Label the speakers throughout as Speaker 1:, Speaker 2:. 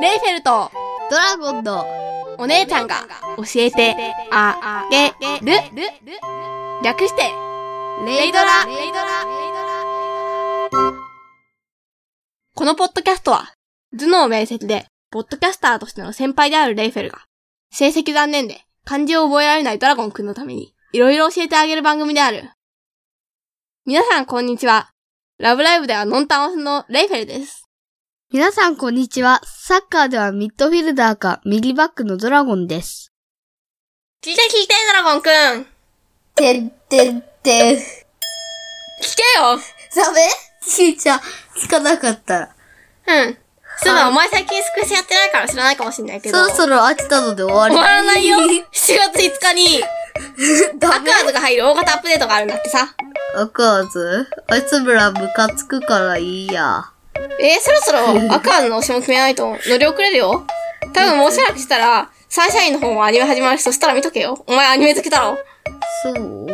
Speaker 1: レイフェルト、
Speaker 2: ドラゴンの
Speaker 1: お姉ちゃんが教えてあげる。略して、
Speaker 2: レイドラレイドラ
Speaker 1: このポッドキャストは、頭脳面積で、ポッドキャスターとしての先輩であるレイフェルが、成績残念で漢字を覚えられないドラゴンくんのために、いろいろ教えてあげる番組である。皆さんこんにちは。ラブライブではノンタンオスのレイフェルです。
Speaker 2: 皆さんこんにちは。サッカーではミッドフィルダーか右バックのドラゴンです。
Speaker 1: 聞いて聞いて、ドラゴンくん
Speaker 2: てんてんてん。
Speaker 1: 聞けよ
Speaker 2: ダメちーちゃん、聞かなかったら。
Speaker 1: うん。そうだ、お前最近スクシやってないから知らないかもしんないけ
Speaker 2: そ
Speaker 1: ど。
Speaker 2: ろそろ飽きたので終わり。
Speaker 1: 終わらないよ !7 月5日に、ア
Speaker 2: ダ
Speaker 1: ク
Speaker 2: メ
Speaker 1: アーズが入る大型アップデートがあるんだってさ。
Speaker 2: アクアーズあいつらムカつくからいいや。
Speaker 1: えー、そろそろアクアーズの推しも決めないと乗り遅れるよ。多分もうしばらくしたら、サンシャインの方もアニメ始まるし、そしたら見とけよ。お前アニメ好きだろ。
Speaker 2: そう
Speaker 1: うん。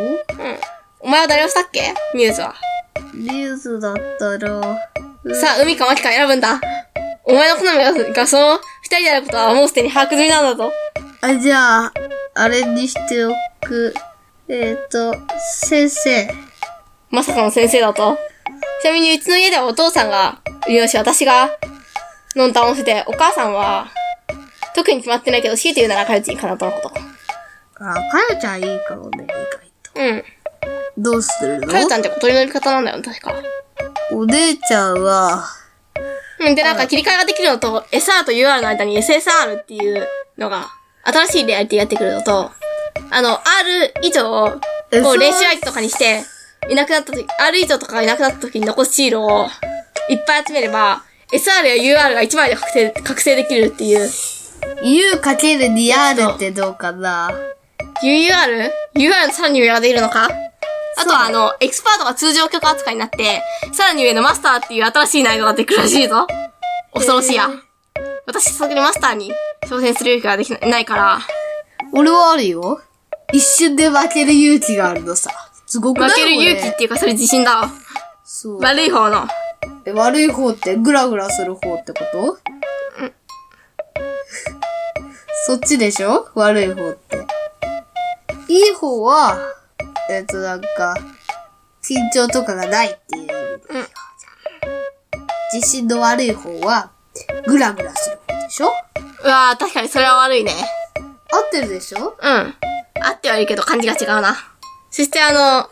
Speaker 1: お前は誰をしたっけミューズは。
Speaker 2: ニュースだったら、
Speaker 1: さあ、海か巻か選ぶんだ。お前の好みが、がその二人であることはもうすでに把握済みなんだぞ。
Speaker 2: あ、じゃあ、あれにしておく。えっ、と、先生。
Speaker 1: まさかの先生だと。ちなみにうちの家ではお父さんが、よし、私が、のんたんをしてて、お母さんは、特に決まってないけど、強いて言うなら、かよちんかなとのこと。
Speaker 2: あ、かよちゃんいいかもね、意外と。
Speaker 1: うん。
Speaker 2: どうするの
Speaker 1: かよちゃんって小鳥の呼び方なんだよ、確か。
Speaker 2: お姉ちゃんは、
Speaker 1: うん、で、なんか切り替えができるのと、SR と UR の間に SSR っていうのが、新しいレアリティやってくるのと、あの、R 以上を
Speaker 2: SR
Speaker 1: 練習相手とかにして、いなくなった時、R 以上とかがいなくなった時に残すシールをいっぱい集めれば、SR や UR が1枚で覚醒、覚醒できるっていう。
Speaker 2: U×2R ってどうかな
Speaker 1: UUR?UR のさらに上ができるのかあとはあの、エキスパートが通常曲扱いになって、さらに上のマスターっていう新しい難易度が出てくるらしいぞ。恐ろしいや。
Speaker 2: へー
Speaker 1: 私、早速にマスターに挑戦する勇気ができないから、
Speaker 2: 俺はあるよ。一瞬で負ける勇気があるのさ。すごくない
Speaker 1: 負ける勇気っ
Speaker 2: 俺
Speaker 1: ていうかそれ自信だわ。
Speaker 2: そう。
Speaker 1: 悪い方の。
Speaker 2: え悪い方ってグラグラする方ってことそっちでしょ悪い方って。いい方は、えっとなんか、緊張とかがないっていう意味で。
Speaker 1: うん
Speaker 2: 自信の悪い方は、グラグラする方でしょ
Speaker 1: うわー、確かにそれは悪いね。
Speaker 2: 合ってるでしょ
Speaker 1: うん。あってはいるけど感じが違うな。そしてあの、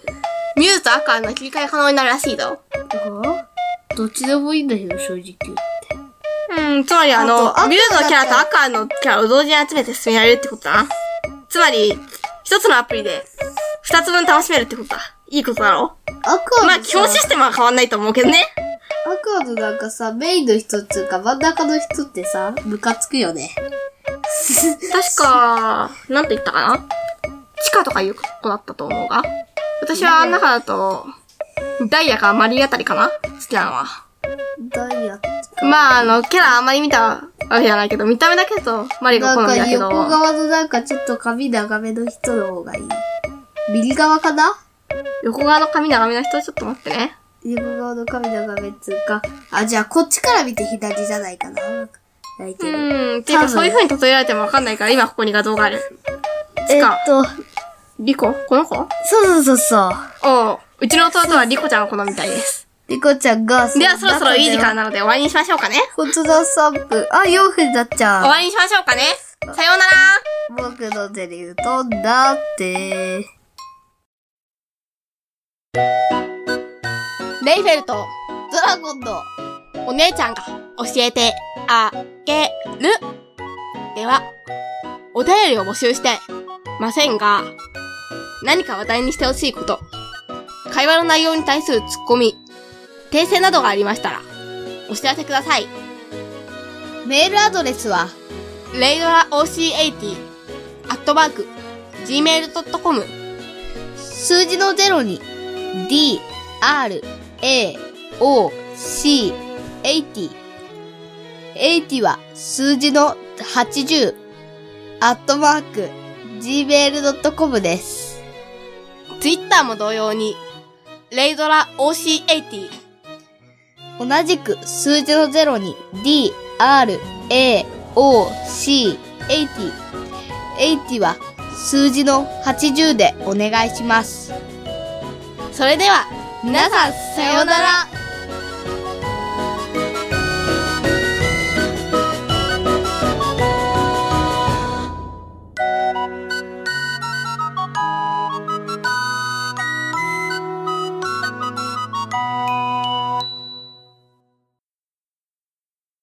Speaker 1: ミューズとアクアの切り替え可能になるらしいぞ。
Speaker 2: どっちでもいいんだけど、正直言って。
Speaker 1: うん、つまりあ
Speaker 2: あ
Speaker 1: の、
Speaker 2: と赤
Speaker 1: ミューズのキャラと
Speaker 2: だ
Speaker 1: アクアのキャラを同時に集めて進められるってことだな。つまり、一つのアプリで、二つ分楽しめるってことだ。いいことだろ
Speaker 2: アクア
Speaker 1: まあ、
Speaker 2: の
Speaker 1: 基本システムは変わんないと思うけどね。
Speaker 2: アクアのなんかさ、メインの人っていうか真ん中の人ってさ、ムカつくよね。
Speaker 1: 確か、なんと言ったかな地下とかいうことだったと思うが。私はあん中だと、ダイヤかマリーあたりかな好きなのは。
Speaker 2: ダイヤって
Speaker 1: まあ、あの、キャラあんまり見たわけじゃないけど、見た目だけだとマリーが
Speaker 2: な
Speaker 1: 好
Speaker 2: ん
Speaker 1: み
Speaker 2: か
Speaker 1: だけど。
Speaker 2: 横側のなんかちょっと髪長めの人の方がいい。右側かな
Speaker 1: 横側の髪長めの人ちょっと待ってね。
Speaker 2: 横側の髪長めっつうか。あ、じゃあこっちから見て左じゃないかな。なんか泣いてる。
Speaker 1: うん。ていう
Speaker 2: 多
Speaker 1: か、
Speaker 2: 分
Speaker 1: そういう風に例えられてもわかんないから、今ここに画像がある。
Speaker 2: え
Speaker 1: つ
Speaker 2: っ
Speaker 1: か、
Speaker 2: と、
Speaker 1: リコこの子お
Speaker 2: そうそうそうそう。
Speaker 1: う。うちの弟はリコちゃんの子のみたいです。
Speaker 2: リコちゃんが、
Speaker 1: では、そろそろいい時間。なので終わりにしましょうかね。
Speaker 2: 本当だ、3分。あ、4分だっち
Speaker 1: 終
Speaker 2: ゃ
Speaker 1: わりにしましょうかね。さようなら
Speaker 2: う。僕のセリフ飛んだって。
Speaker 1: レイフェルト、
Speaker 2: ドラゴンの。
Speaker 1: お姉ちゃんが教えてあげる。では、お便りを募集してませんが、何か話題にしてほしいこと、会話の内容に対するツッコミ、訂正などがありましたら、お知らせください。
Speaker 2: メールアドレスは、
Speaker 1: レイドラ OC80、アットマーク、gmail.com、
Speaker 2: 数字の0に D, R, A, O, C, 80。80は数字の80。アットマーク、gmail.com です。
Speaker 1: Twitter も同様に、レイドラ OC80、
Speaker 2: 同じく数字の0に D, R, A, O, C, 80。80は数字の80でお願いします。
Speaker 1: それでは、皆さん、さようなら